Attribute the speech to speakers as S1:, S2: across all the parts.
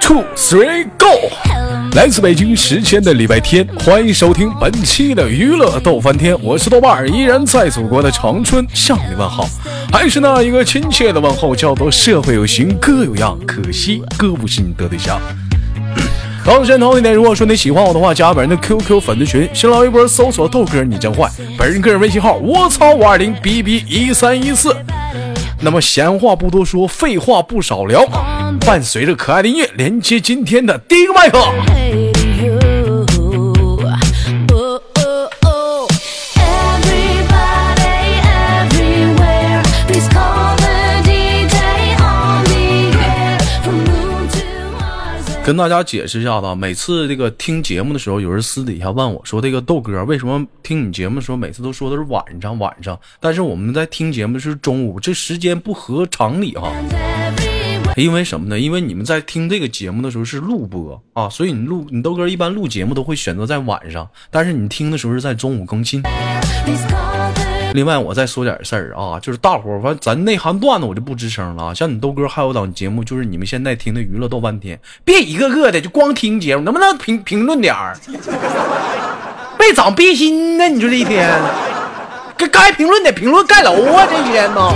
S1: two three go。来自北京时间的礼拜天，欢迎收听本期的娱乐逗翻天，我是豆瓣儿，依然在祖国的长春向你问好，还是那一个亲切的问候，叫做社会有型哥有样，可惜哥不是你的对象。嗯同时，同一点，如果说你喜欢我的话，加本人的 QQ 粉丝群，新浪微博搜索豆哥你真坏，本人个人微信号我操五二零 bb 一三一四。那么闲话不多说，废话不少聊，伴随着可爱的音乐，连接今天的第一个麦克。跟大家解释一下子啊，每次这个听节目的时候，有人私底下问我说：“这个豆哥为什么听你节目的时候，每次都说的是晚上晚上？但是我们在听节目是中午，这时间不合常理哈。”因为什么呢？因为你们在听这个节目的时候是录播啊，所以你录你豆哥一般录节目都会选择在晚上，但是你听的时候是在中午更新。另外，我再说点事儿啊，就是大伙儿，反正咱内涵段子我就不吱声了啊。像你豆哥还有档节目，就是你们现在听的娱乐逗翻天，别一个个的就光听节目，能不能评评论点儿？别长憋心呢，你说这一天，该该评论得评论，盖楼啊，这一天呢。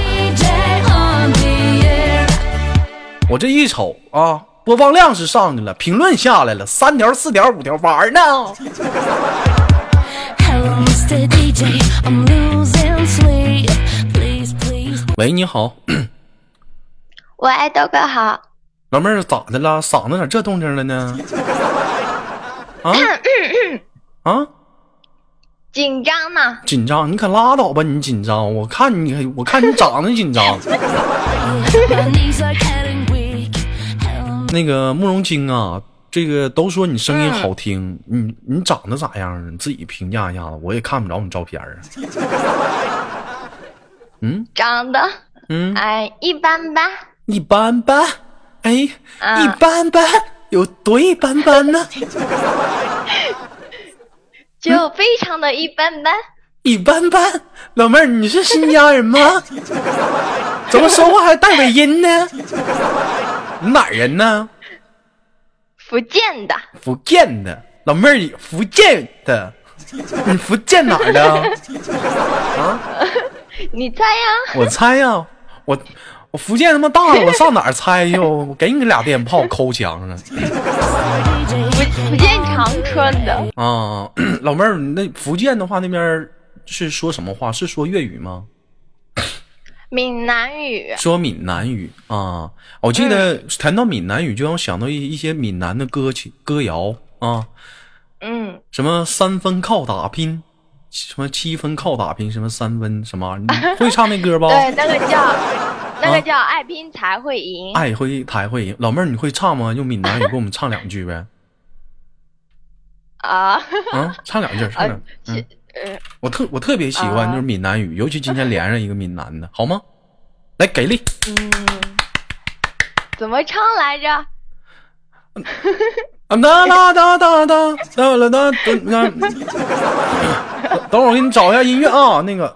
S1: 我这一瞅啊，播放量是上去了，评论下来了，三条、四条、五条，玩儿呢。喂，你好，
S2: 我爱豆哥好，
S1: 老妹儿咋的了？嗓子咋这动静了呢？啊啊，
S2: 紧张呢。
S1: 紧张？你可拉倒吧，你紧张！我看你，我看你长得紧张。那个慕容清啊，这个都说你声音好听，你你长得咋样啊？你自己评价一下子，我也看不着你照片啊。嗯
S2: 长得，
S1: 嗯，
S2: 哎，一般般。
S1: 一般般，哎，
S2: 啊
S1: 一般般，有多一般般呢？
S2: 就非常的一般般。
S1: 一般般，老妹儿，你是新疆人吗？怎么说话还带尾音呢？你哪儿人呢？
S2: 福建的，
S1: 福建的，老妹儿，你福建的，你福建哪儿的？
S2: 你猜呀？
S1: 我猜呀、我我福建他妈大了，我上哪儿猜去？我我给你俩电炮抠墙上
S2: 福福建长春的，
S1: 啊！老妹儿，你那福建的话那边儿是说什么话？是说粤语吗？
S2: 闽南语。
S1: 说闽南语啊，我记得谈到闽南语，就让我想到一一些闽南的歌曲、歌谣啊，
S2: 嗯，
S1: 什么三分靠打拼，什么七分靠打拼，什么三分什么玩意儿，你会唱那歌不？
S2: 对，那个叫，那个叫爱拼才会赢。
S1: 爱会才会赢。老妹儿，你会唱吗？用闽南语给我们唱两句呗。
S2: 啊，
S1: 啊，唱两句，唱两句。嗯，
S2: 呃，
S1: 我特我特别喜欢
S2: 啊
S1: 就是闽南语，尤其今天连上一个闽南的，好吗？来，给 力！
S2: 怎么唱来着？
S1: 啊哒哒哒哒哒哒啦哒哒。等会儿我给你找一下音乐啊，那个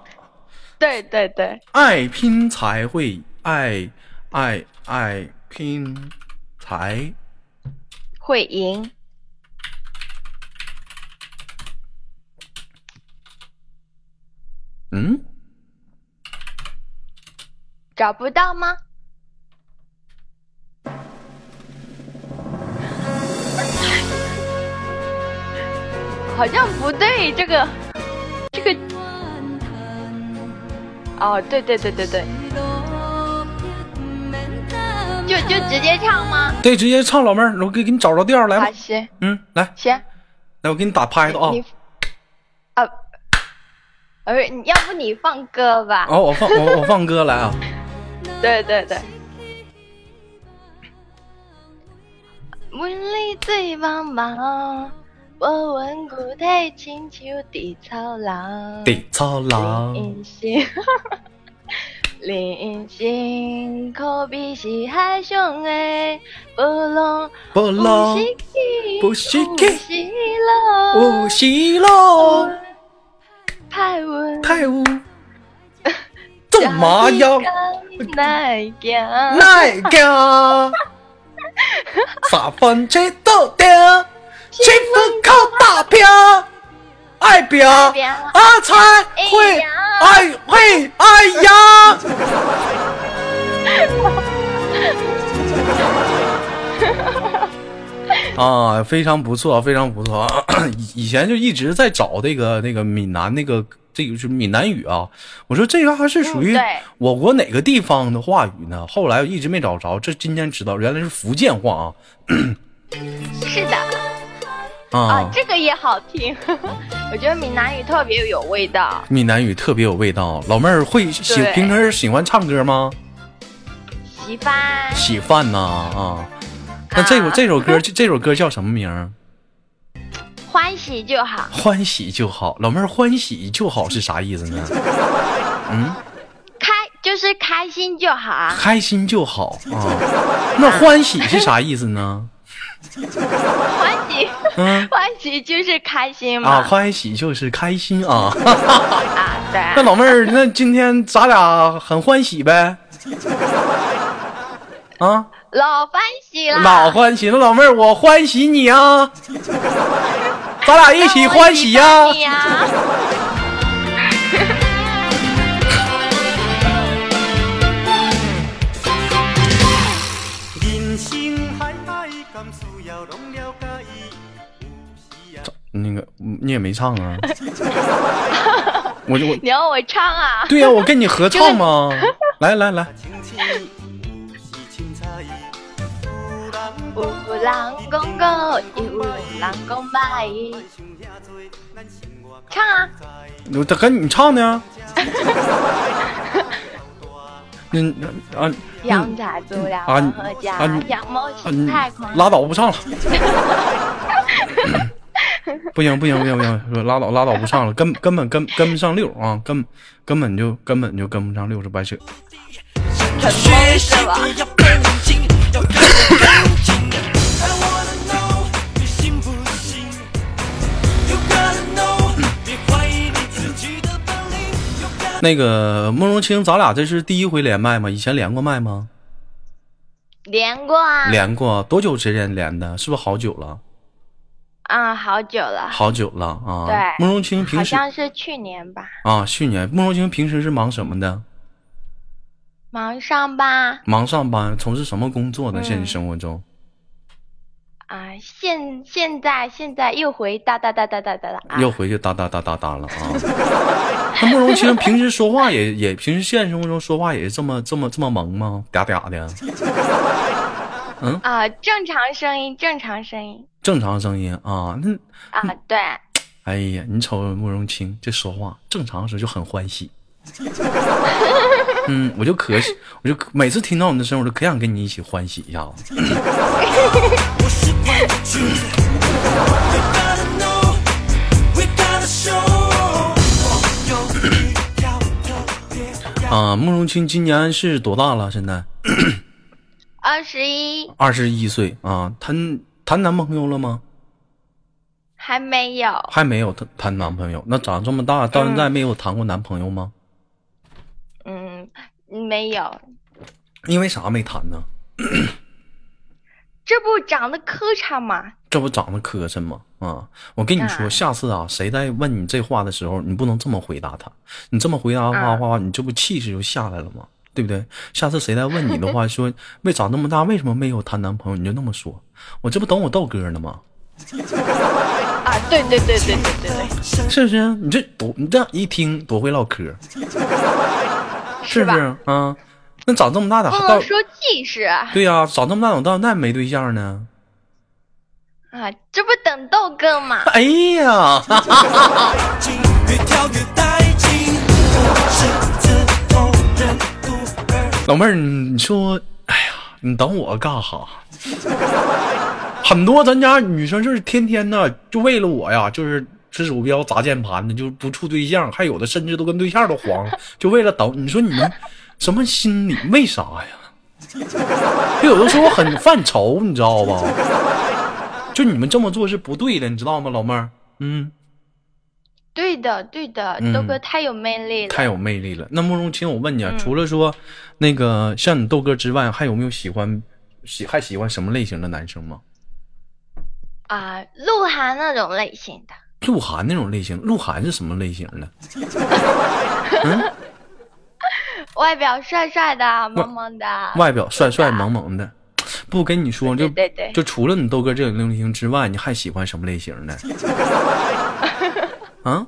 S2: 对对对，
S1: 爱拼才会爱爱爱拼才
S2: 会赢。
S1: 嗯，
S2: 找不到吗？好像不对，这个，这个，哦，对对对对对，就就直接唱吗？
S1: 对，直接唱老妹儿，我给给你找着调儿来
S2: 啊，
S1: 吧。
S2: 行
S1: 嗯，来
S2: 行，
S1: 来，我给你打拍子啊。
S2: 你，啊，呃，不是你要不你放歌吧？
S1: 哦，我放我我放歌来啊。
S2: 嗯对对对。问你醉茫茫，我闻故体亲像地草人。
S1: 地操劳，
S2: 人生，人生可比是海上的波浪，
S1: 不
S2: 不
S1: 浪
S2: 哦是起，
S1: 不是起
S2: 不是哦落，
S1: 无锡喽，
S2: 歹运
S1: 太 污，
S2: 哎
S1: 这麻呀，
S2: 难行。
S1: 哪个？ 撒番茄豆丁，清风靠大飘，爱表阿才会爱会爱呀。啊，非常不错，非常不错。 啊！以以前就一直在找这个那个闽南那个这个是闽南语啊，我说这个还是属于
S2: 嗯对
S1: 我国哪个地方的话语呢？后来我一直没找着，这今天知道原来是福建话
S2: 是的，
S1: 啊啊！
S2: 啊，这个也好听， 我觉得闽南语特别有味道。
S1: 闽南语特别有味道。老妹儿会喜
S2: 对
S1: 平时喜欢唱歌吗？
S2: 喜欢
S1: 喜欢呐啊。那这首
S2: 啊
S1: 这首歌这这首歌叫什么名儿？
S2: 欢喜就好，
S1: 欢喜就好，老妹儿欢喜就好是啥意思呢？
S2: 开就是开心就好 啊。
S1: 开心就好 啊。那欢喜是啥意思呢？
S2: 欢喜，
S1: 嗯
S2: 欢喜就是开心嘛。
S1: 啊，欢喜就是开心啊。
S2: 啊，对啊
S1: 那老妹儿，那今天咱俩很欢喜呗？啊，
S2: 老欢喜啦，
S1: 老欢喜了，老妹儿，我欢喜你 啊！咱俩一起欢喜呀、
S2: 那我一起欢喜呀。
S3: 人生海海，甘需要拢了解。有时啊。
S1: 那个嗯你也没唱 啊？我就我
S2: 你要我唱啊？
S1: 对呀、我跟你合唱吗？来来来，
S3: 清醒，有时凊彩。有人
S2: 有人讲过，有人讲歹，唱啊！
S1: 嗯我大哥你唱 呢？嗯啊
S2: 养家足了
S1: 啊
S2: 黄河家
S1: 啊你，
S2: 养猫
S1: 啊
S2: 心
S1: 你
S2: 太狂。
S1: 拉倒，不 唱了。不行不行不行不行，拉倒拉倒不唱了，根根本跟跟不上六啊，根根本就根本就跟不上六是白扯。
S2: 学习吧，
S3: 要本金，要干净。I wanna know 你信不信？You gotta know，别怀疑你自己的本领。You gotta
S1: 那个慕容清，咱俩这是第一回连麦吗？以前连过麦吗？
S2: 连过啊，
S1: 连过，多久之前连的？是不是好久了？
S2: 啊，好久了，
S1: 好久了啊！
S2: 对
S1: 慕容清
S2: 好
S1: 平时
S2: 像是去年吧。
S1: 啊，去年慕容清平时是忙什么的？
S2: 忙上吧，
S1: 忙上班，从事什么工作
S2: 嗯
S1: 呢？现实生活中
S2: 啊，现现在现在又回哒哒哒哒哒哒哒啊，
S1: 又回去哒哒哒哒哒了啊！ 那慕容清平时说话也也，平时现实生活中说话也是这么这么这么萌吗？嗲嗲的，
S2: 啊，正常声音，正常声音
S1: 正常声音啊。那
S2: 啊，对，
S1: 哎呀，你瞅慕容清这说话，正常时候就很欢喜。 嗯，我就可喜，我就可每次听到你的声，我就可想跟你一起欢喜一下子。
S3: 我喜欢的句子。You gotta know，we gotta show。有你要有别要
S1: 啊，慕容清今年是多大了？现在
S2: 二十一
S1: 二十一岁啊。谈谈男朋友了吗？
S2: 还没有，
S1: 还没有谈谈男朋友。那长这么大到现在没有谈过男朋友吗？
S2: 嗯，没有，
S1: 因为啥没谈呢？
S2: 这不长得磕碜吗？
S1: 这不长得磕碜吗？啊，我跟你说，
S2: 嗯
S1: 下次啊，谁再问你这话的时候，你不能这么回答他。你这么回答的话，
S2: 嗯
S1: 话、你这不气势就下来了吗？对不对？下次谁再问你的话，说为长这么大为什么没有谈男朋友，你就那么说，我这不等我豆哥呢吗？
S2: 啊，对对对对对对对，
S1: 是不是？你这多你这样一听多会唠嗑，是不
S2: 吧？
S1: 是啊？那长这么大咋
S2: 不
S1: 到
S2: 能说气势啊，
S1: 对呀、长这么大我到现在没对象呢？
S2: 啊这不等豆哥吗？
S1: 哎呀，
S3: 紧，越跳越带劲。我是这种人，独而
S1: 老妹儿，你说，哎呀，你等我干哈？ 很多咱家女生就是天天的就为了我呀，就是吃鼠标砸键盘的，就是不处对象，还有的甚至都跟对象都黄了，就为了等。你说你们什么心理？为啥呀？ 就有的时候很犯愁，你知道吧？就你们这么做是不对的，你知道吗，老妹儿？嗯，
S2: 对的对的，
S1: 嗯
S2: 豆哥太有魅力了，
S1: 太有魅
S2: 嗯
S1: 力了。那慕容清，我问你啊，除了说那个像你豆哥之外，还有没有喜欢喜还喜欢什么类型的男生吗？
S2: 啊，鹿晗那种类型的，
S1: 鹿晗那种类型，鹿晗是什么类型的？
S2: 外表帅帅的、萌萌的，
S1: 外表帅帅萌萌的，不跟你说，就
S2: 对对对
S1: 就除了你豆哥这种类型之外，你还喜欢什么类型 的？啊，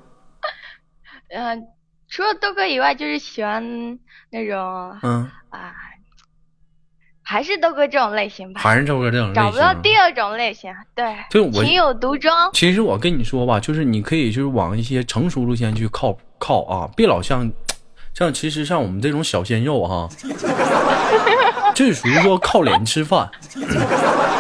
S2: 嗯、除了豆哥以外，就是喜欢那种
S1: 嗯，
S2: 啊，还是豆哥这种类型吧，
S1: 还是豆哥这种类型。
S2: 找不到第二种类型，对，
S1: 对我
S2: 情有独钟，
S1: 其实我跟你说吧，就是你可以就是往一些成熟路线去靠靠啊，别老像像其实像我们这种小鲜肉 哈、这属于说靠脸吃饭。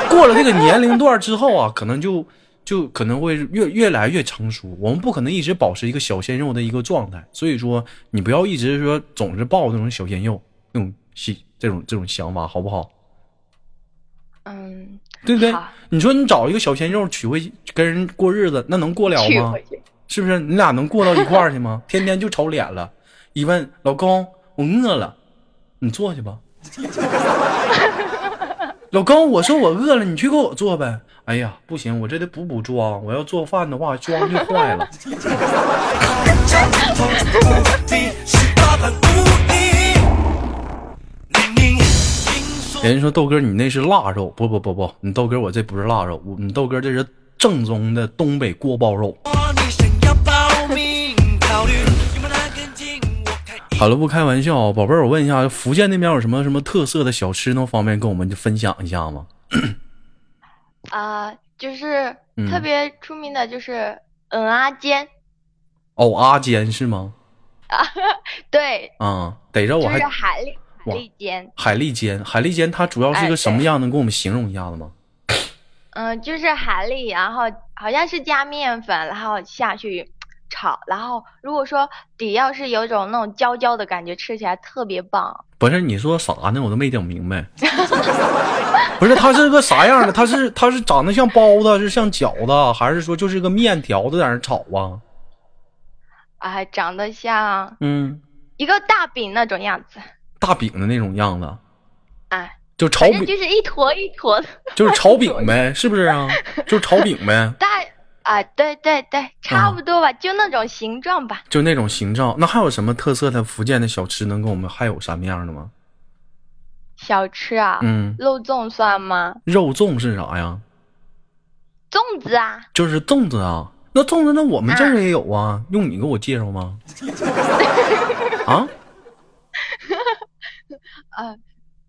S1: 过了这个年龄段之后啊，可能就就可能会越越来越成熟。我们不可能一直保持一个小鲜肉的一个状态，所以说你不要一直说总是抱那种小鲜肉那种喜这种这种想法，好不好？
S2: 嗯，
S1: 对不对
S2: 好？
S1: 你说你找一个小鲜肉娶回去跟人过日子，那能过了
S2: 娶
S1: 吗
S2: 回？去，
S1: 是不是？你俩能过到一块儿去吗？天天就瞅脸了，一问老公，我饿了，你做去吧。老公，我说我饿了，你去给我做呗。哎呀，不行，我这得补补妆，我要做饭的话，妆就坏了。
S3: 同不敌，十八般武艺。零零听说
S1: 人家说豆哥，你那是腊肉，不不不不，你豆哥我这不是腊肉，我你豆哥这是正宗的东北锅包肉。
S3: 你想要报名考虑，有没有那根筋？我看一
S1: 好了，不开玩笑啊，宝贝儿，我问一下，福建那边有什么什么特色的小吃能方便跟我们分享一下吗？
S2: 啊、就是
S1: 嗯
S2: 特别出名的，就是嗯阿煎，
S1: 哦，阿煎是吗？
S2: 对，
S1: 啊、逮着
S2: 就
S1: 我还
S2: 是海蛎海
S1: 哇
S2: 蛎煎，
S1: 海蛎煎，海蛎煎它主要是一个
S2: 哎
S1: 什么样的？能给我们形容一下子吗？
S2: 嗯、就是海蛎，然后好像是加面粉，然后下去炒，然后如果说底要是有一种那种焦焦的感觉，吃起来特别棒。
S1: 不是你说啥呢？我都没整明 白。不是，它是个啥样的？它是它是长得像包子，是像饺子，还是说就是个面条子在那儿炒啊？
S2: 啊、长得像
S1: 嗯，
S2: 一个大饼那种样子，
S1: 大饼的那种样子，
S2: 啊，
S1: 就炒
S2: 反正
S1: 饼，
S2: 就是一坨一坨的
S1: 就是炒饼呗，是不是 啊？就是炒饼呗，
S2: 大啊，对对对，
S1: 啊
S2: 差不多吧，就那种形状吧。
S1: 就那种形状。那还有什么特色的福建的小吃能给我们还有什么样的吗？
S2: 小吃啊，
S1: 嗯，
S2: 肉粽算吗？
S1: 肉粽是啥呀？
S2: 粽子啊，
S1: 就是粽子啊。那粽子，那我们这
S2: 嗯
S1: 儿也有啊，用你给我介绍 吗？啊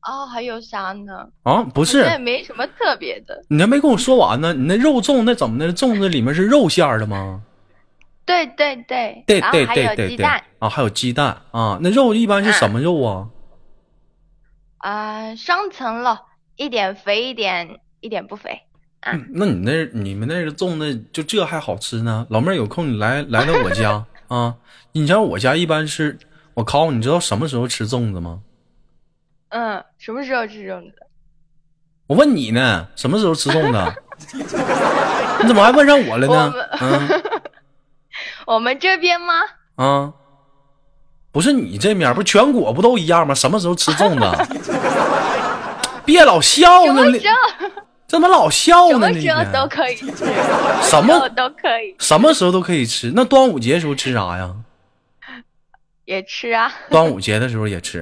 S2: 哦，还有啥呢？
S1: 啊，不
S2: 好像也
S1: 是，
S2: 没什么特别的。
S1: 你还没跟我说完呢。你那肉粽那怎么的？粽子里面是肉馅儿的吗？
S2: 对对对，
S1: 对
S2: 然
S1: 对
S2: 后还
S1: 对
S2: 有
S1: 对
S2: 鸡
S1: 对。
S2: 蛋嗯
S1: 啊，还有鸡蛋啊。那肉一般是什么肉啊？
S2: 啊、双层肉，一点肥一点，一点不肥。
S1: 嗯那你那你们那个粽子就这还好吃呢？老妹儿有空你来来到我 家啊。你像我家一般是，我靠，你知道什么时候吃粽子吗？
S2: 嗯，什么时候吃粽子？
S1: 我问你呢，什么时候吃粽子？你怎么还问上我了呢？嗯。
S2: 我们这边吗？
S1: 啊，不是你这面儿，不是全国不都一样吗？什么时候吃粽子？别老笑
S2: 什
S1: 呢，
S2: 么
S1: 你
S2: 时候？
S1: 怎么老笑
S2: 什
S1: 呢？
S2: 么
S1: 你啊
S2: 时候都 可以吃，什
S1: 么
S2: 时候都可以，
S1: 什么时候都可以吃。那端午节的时候吃啥呀？
S2: 也吃啊。
S1: 端午节的时候也吃。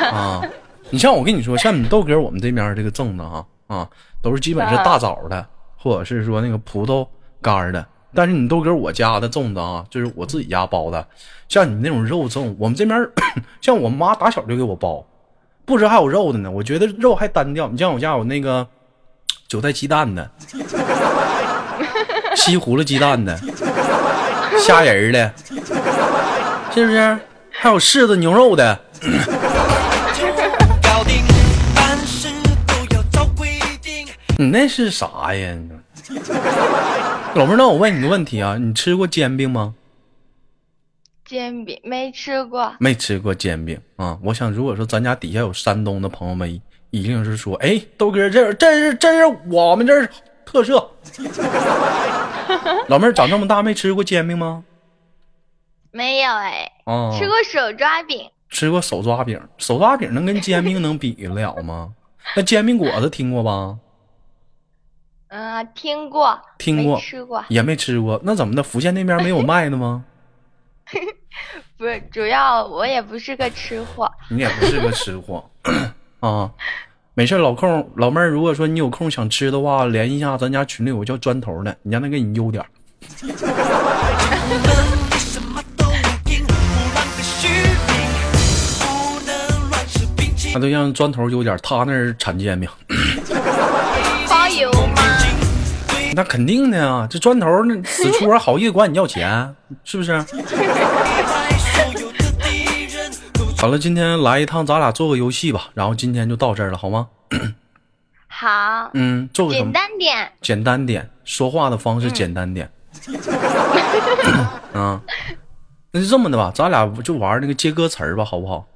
S1: 啊，你像我跟你说，像你豆哥我们这边儿这个粽子啊啊，都是基本是大枣的，或者是说那个葡萄干儿的。但是你豆哥我家的粽子啊，就是我自己家包的，像你那种肉粽，我们这边儿 像我妈打小就给我包，不知还有肉的呢。我觉得肉还单调。你像我家有那个韭菜鸡蛋的，西葫芦鸡蛋的，虾仁儿的，是不是？还有柿子牛肉的，
S3: 就搞定，凡事都要照规定。
S1: 你嗯那是啥呀？ 老妹儿，那我问你个问题啊，你吃过煎饼吗？
S2: 煎饼没吃过，
S1: 没吃过煎饼啊。我想，如果说咱家底下有山东的朋友们，一定是说，哎，豆哥，这这是这是我们这儿特色。 老妹儿长这么大没吃过煎饼吗？
S2: 没有哎，
S1: 啊，
S2: 吃过手抓饼，
S1: 吃过手抓饼，手抓饼能跟煎饼能比得了吗？那煎饼果子听过吧？
S2: 嗯，听过，
S1: 听
S2: 没
S1: 过
S2: 吃哎过，
S1: 也没吃过。那怎么的？福建那边没有卖的吗？
S2: 不是，主要我也不是个吃货。
S1: 你也不是个吃货 啊。没事儿，老空老妹儿，如果说你有空想吃的话，联系一下咱家群里有个叫砖头的，你让他给你邮点儿。
S3: 能你什么都无因，不浪费食品，不能乱吃冰
S1: 他
S3: 淇淋。
S1: 都让砖头邮点儿，他那儿产煎 饼，
S2: 包邮吗？
S1: 那肯定的啊。这砖头儿那死出还好意思管你要钱，是不是？
S3: 击败所有的敌人，都
S1: 好了，今天来一趟，咱俩做个游戏吧。然后今天就到这儿了，好吗？
S2: 好，
S1: 嗯，做个什
S2: 简
S1: 么？
S2: 单嗯点。
S1: 简单点，说话的方式简单点。 啊，那就这么的吧，咱俩就玩那个接歌词儿吧，好不好？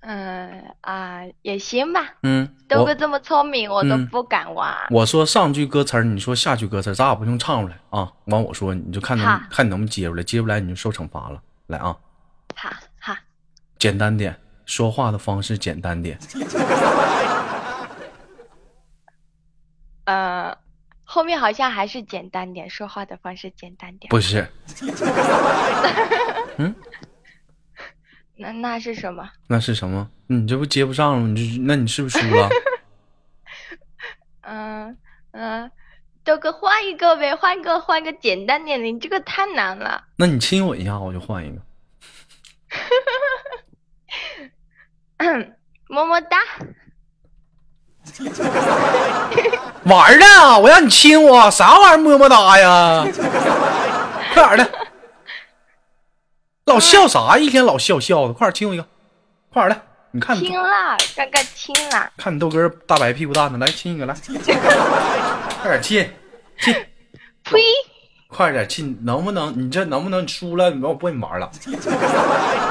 S2: 嗯啊，也行吧。
S1: 嗯，
S2: 都
S1: 我
S2: 哥这么聪明，我都
S1: 嗯
S2: 不敢玩。
S1: 我说上句歌词儿，你说下句歌词儿，咱俩不用唱出来啊。完我说，你就看能
S2: 好
S1: 看你能不能接出来，接不来你就受惩罚了。来啊，
S2: 好好，
S1: 简单点，说话的方式简单点。
S2: 呃，后面好像还是简单点，说话的方式简单点。
S1: 不是，
S2: 那那是什么？
S1: 那是什么？你这不接不上了吗？你这那你是不是输了？
S2: 嗯、嗯、豆哥换一个呗，换个换个简单点的，你这个太难了。
S1: 那你亲我一下，我就换一个。
S2: 么么哒，
S1: 玩儿呢，我让你亲我，啥玩意儿么么哒呀？快点儿的，老笑啥？一天老笑笑的，快点儿亲我一个，快点儿的，你看
S2: 亲了，刚刚亲了，
S1: 看你豆哥大白屁股蛋子，来亲一个来， 快点儿亲，
S2: 呸！
S1: 快点儿亲，能不能？你这能不能？你输了，你我不跟你玩了。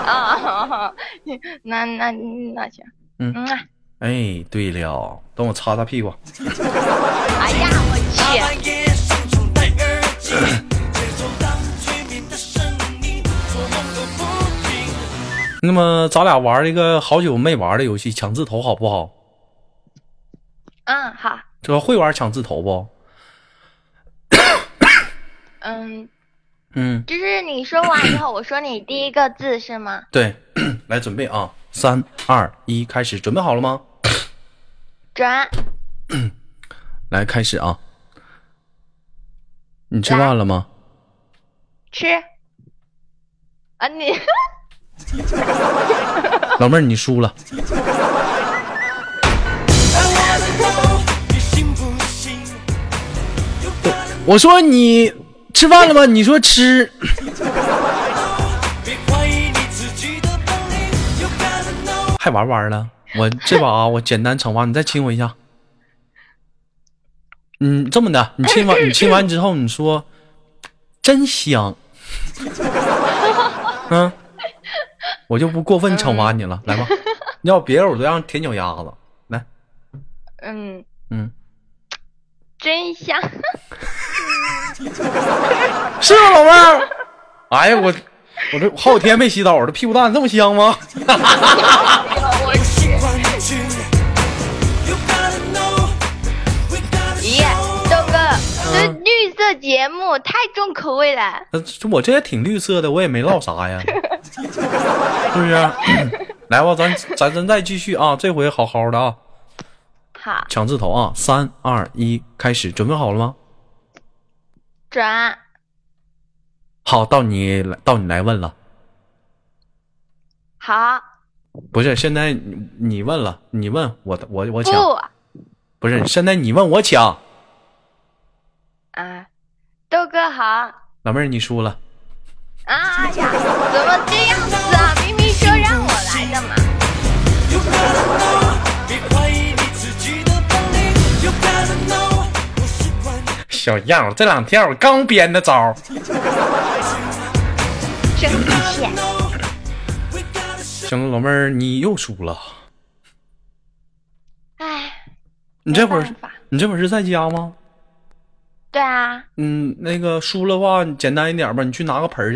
S2: 啊， 那那那行，
S1: 嗯
S2: 嗯啊，
S1: 哎，对了，等我擦擦屁股。
S2: 哎呀，我
S3: 大
S2: 去，
S3: 半夜上床戴耳机，接收到催眠的声音，做梦都不停。
S1: 那么咱俩玩一个好久没玩的游戏，抢字头好不好？
S2: 嗯好，
S1: 这个会玩抢字头不？
S2: 嗯，
S1: 嗯，
S2: 就是你说完以后，我说你第一个字是吗？
S1: 对， 来准备啊，三二一，开始，准备好了吗？
S2: 转
S1: 来开始啊！你吃饭了吗？
S2: 吃啊你
S1: 老妹儿，你输了。
S3: I wanna know 你信不信？You gotta
S1: 我说你吃饭了吗？你说吃。
S3: know，别怀疑你自己的本领。You gotta know，
S1: 还玩玩了？我这把啊，我简单惩罚你，再亲我一下。嗯，这么的，你亲完，你亲完之后，你说真香。嗯，我就不过分惩罚你了，来吧。要别人我都让舔脚丫子。来，
S2: 嗯
S1: 嗯，
S2: 真香，
S1: 是吗，老妹儿？哎呀，我我这好几天没洗澡，我这屁股蛋这么香吗？
S2: 我
S3: 习惯去。You gotta know，We gotta
S2: 耶
S3: show。，
S2: 豆哥，这绿色节目太重口味了。
S1: 那这我这也挺绿色的，我也没落啥呀，是不是？ 来吧，咱咱咱再继续啊，这回好好的啊，
S2: 好，
S1: 抢字头啊，三二一，开始，准备好了吗？
S2: 转
S1: 好，到你来，到你来问了，
S2: 好
S1: 不是，现在你你问了，你问我我我
S2: 不
S1: 抢，不是，现在你问我抢，
S2: 啊，豆哥好啊
S1: 老妹儿你输了，
S2: 哎呀，怎么这样子啊？明明说让我来的嘛。
S3: You gotta know，别怀疑你自己的本领。You gotta know，我习惯
S1: 小样儿，这两天我刚编的招儿，
S2: 真不屑。
S3: ，We gotta show。
S1: 行了，老妹儿你又输了，
S2: 哎，
S1: 你这会儿
S2: 没办法
S1: 你这会儿是在家吗？
S2: 对啊，
S1: 嗯，那个输了话，你简单一点吧，你去拿个盆儿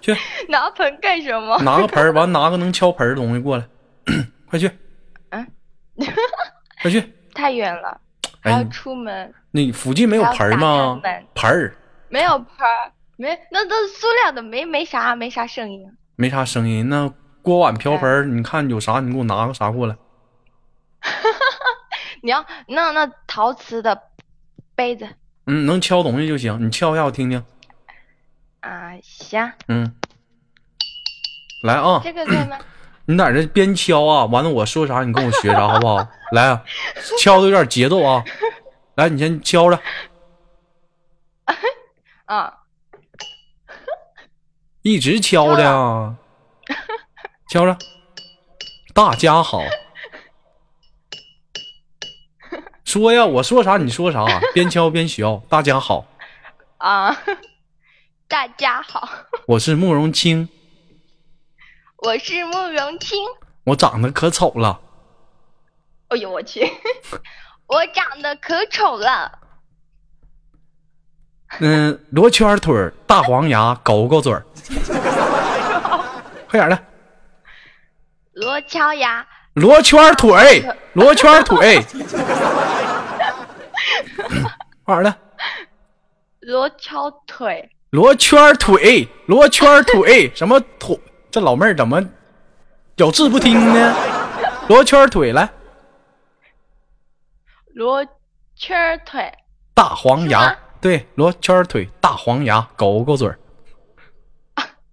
S1: 去，去
S2: 拿盆干什么？
S1: 嗯拿个盆儿，完拿个能敲盆儿的东西过来， 快去，
S2: 嗯，
S1: 快去。
S2: 太远了，还
S1: 哎
S2: 要
S1: 你
S2: 出门，
S1: 那附近没有盆儿吗
S2: 还要打开门？
S1: 盆儿
S2: 没有盆儿，没那都是塑料的，没没啥没啥声音。
S1: 没啥声音，那锅碗瓢盆儿，你看有啥你给我拿个啥过来。
S2: 你要那那陶瓷的杯子
S1: 嗯，能敲东西就行，你敲一下我听听。
S2: 啊，行，
S1: 嗯，来啊，
S2: 这个可以吗？
S1: 你在这边敲啊，完了我说啥你跟我学啥好不 好？来啊，敲的有点节奏啊。来，你先敲着，
S2: 啊，
S1: 一直敲着啊， 敲着。大家好，说呀，我说啥你说啥，边敲边学啊。大家好，
S2: 啊， 大家好，
S1: 我是慕容清，
S2: 我是慕容清。
S1: 我长得可丑了，
S2: 哎呦我去， 我长得可丑了，
S1: 嗯、罗圈腿儿，大黄牙，狗狗嘴儿，快点儿的。
S2: 罗敲牙，
S1: 罗圈腿，罗圈腿，快点的，
S2: 罗敲腿，
S1: 罗圈腿，罗圈腿，什么腿？这老妹儿怎么有志不听呢？罗圈腿来，
S2: 罗圈儿腿，
S1: 大黄
S2: 是
S1: 牙
S2: 吗，
S1: 对，罗圈腿，大黄牙，狗狗嘴儿，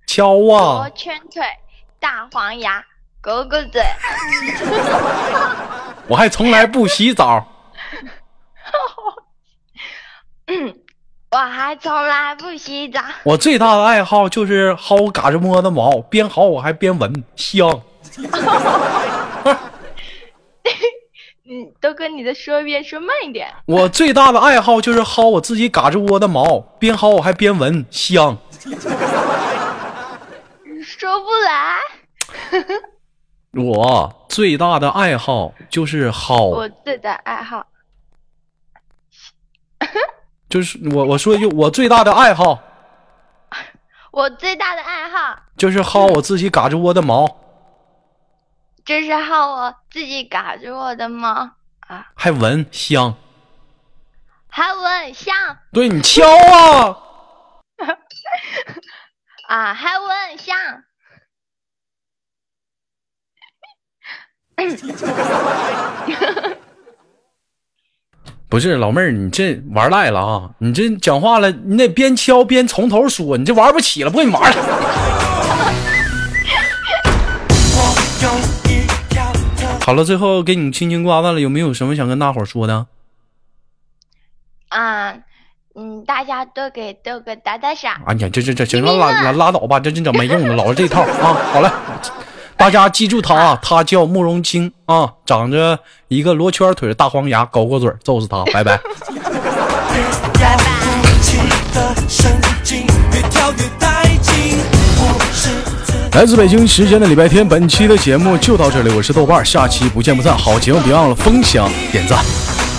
S1: 敲
S2: 罗
S1: 啊！
S2: 圈腿，大黄牙，狗狗嘴，
S1: 我还从来不洗澡，
S2: 我还从来不洗澡。
S1: 我最大的爱好就是薅嘎吱窝的毛，边薅我还边闻，香。
S2: 嗯，都跟你再说一遍，说慢一点。
S1: 我最大的爱好就是薅我自己嘎吱窝的毛，边薅我还边闻香。
S2: 说不来。
S1: 我最大的爱好就是薅
S2: 我，最大爱好，
S1: 就是我我说一句，我最大的爱好
S2: 我最大的爱好
S1: 就是薅我自己嘎吱窝的毛，
S2: 就是好我自己嘎着我的猫啊，
S1: 还闻香。
S2: 还闻香
S1: 对你敲啊，
S2: 啊，还闻香。
S1: 不是老妹儿，你这玩赖了啊！你这讲话了，你得边敲边从头说，你这玩不起了，不跟你玩了。
S3: 我用一条特
S1: 好了，最后给你轻轻挂断了，有没有什么想跟大伙儿说的？
S2: 啊，嗯，大家都给豆哥打打赏，
S1: 哎呀，这这这行了，拉拉拉倒吧，这真整没用的，老是这套啊！好了，大家记住他啊，他叫慕容清啊，长着一个罗圈腿的大黄牙，狗狗嘴儿，揍死他，拜拜。
S3: 要鼓起的神经，越跳越带劲。我是自
S1: 来自北京时间的礼拜天，本期的节目就到这里，我是豆瓣儿，下期不见不散。好节目别忘了分享、点赞。
S3: 我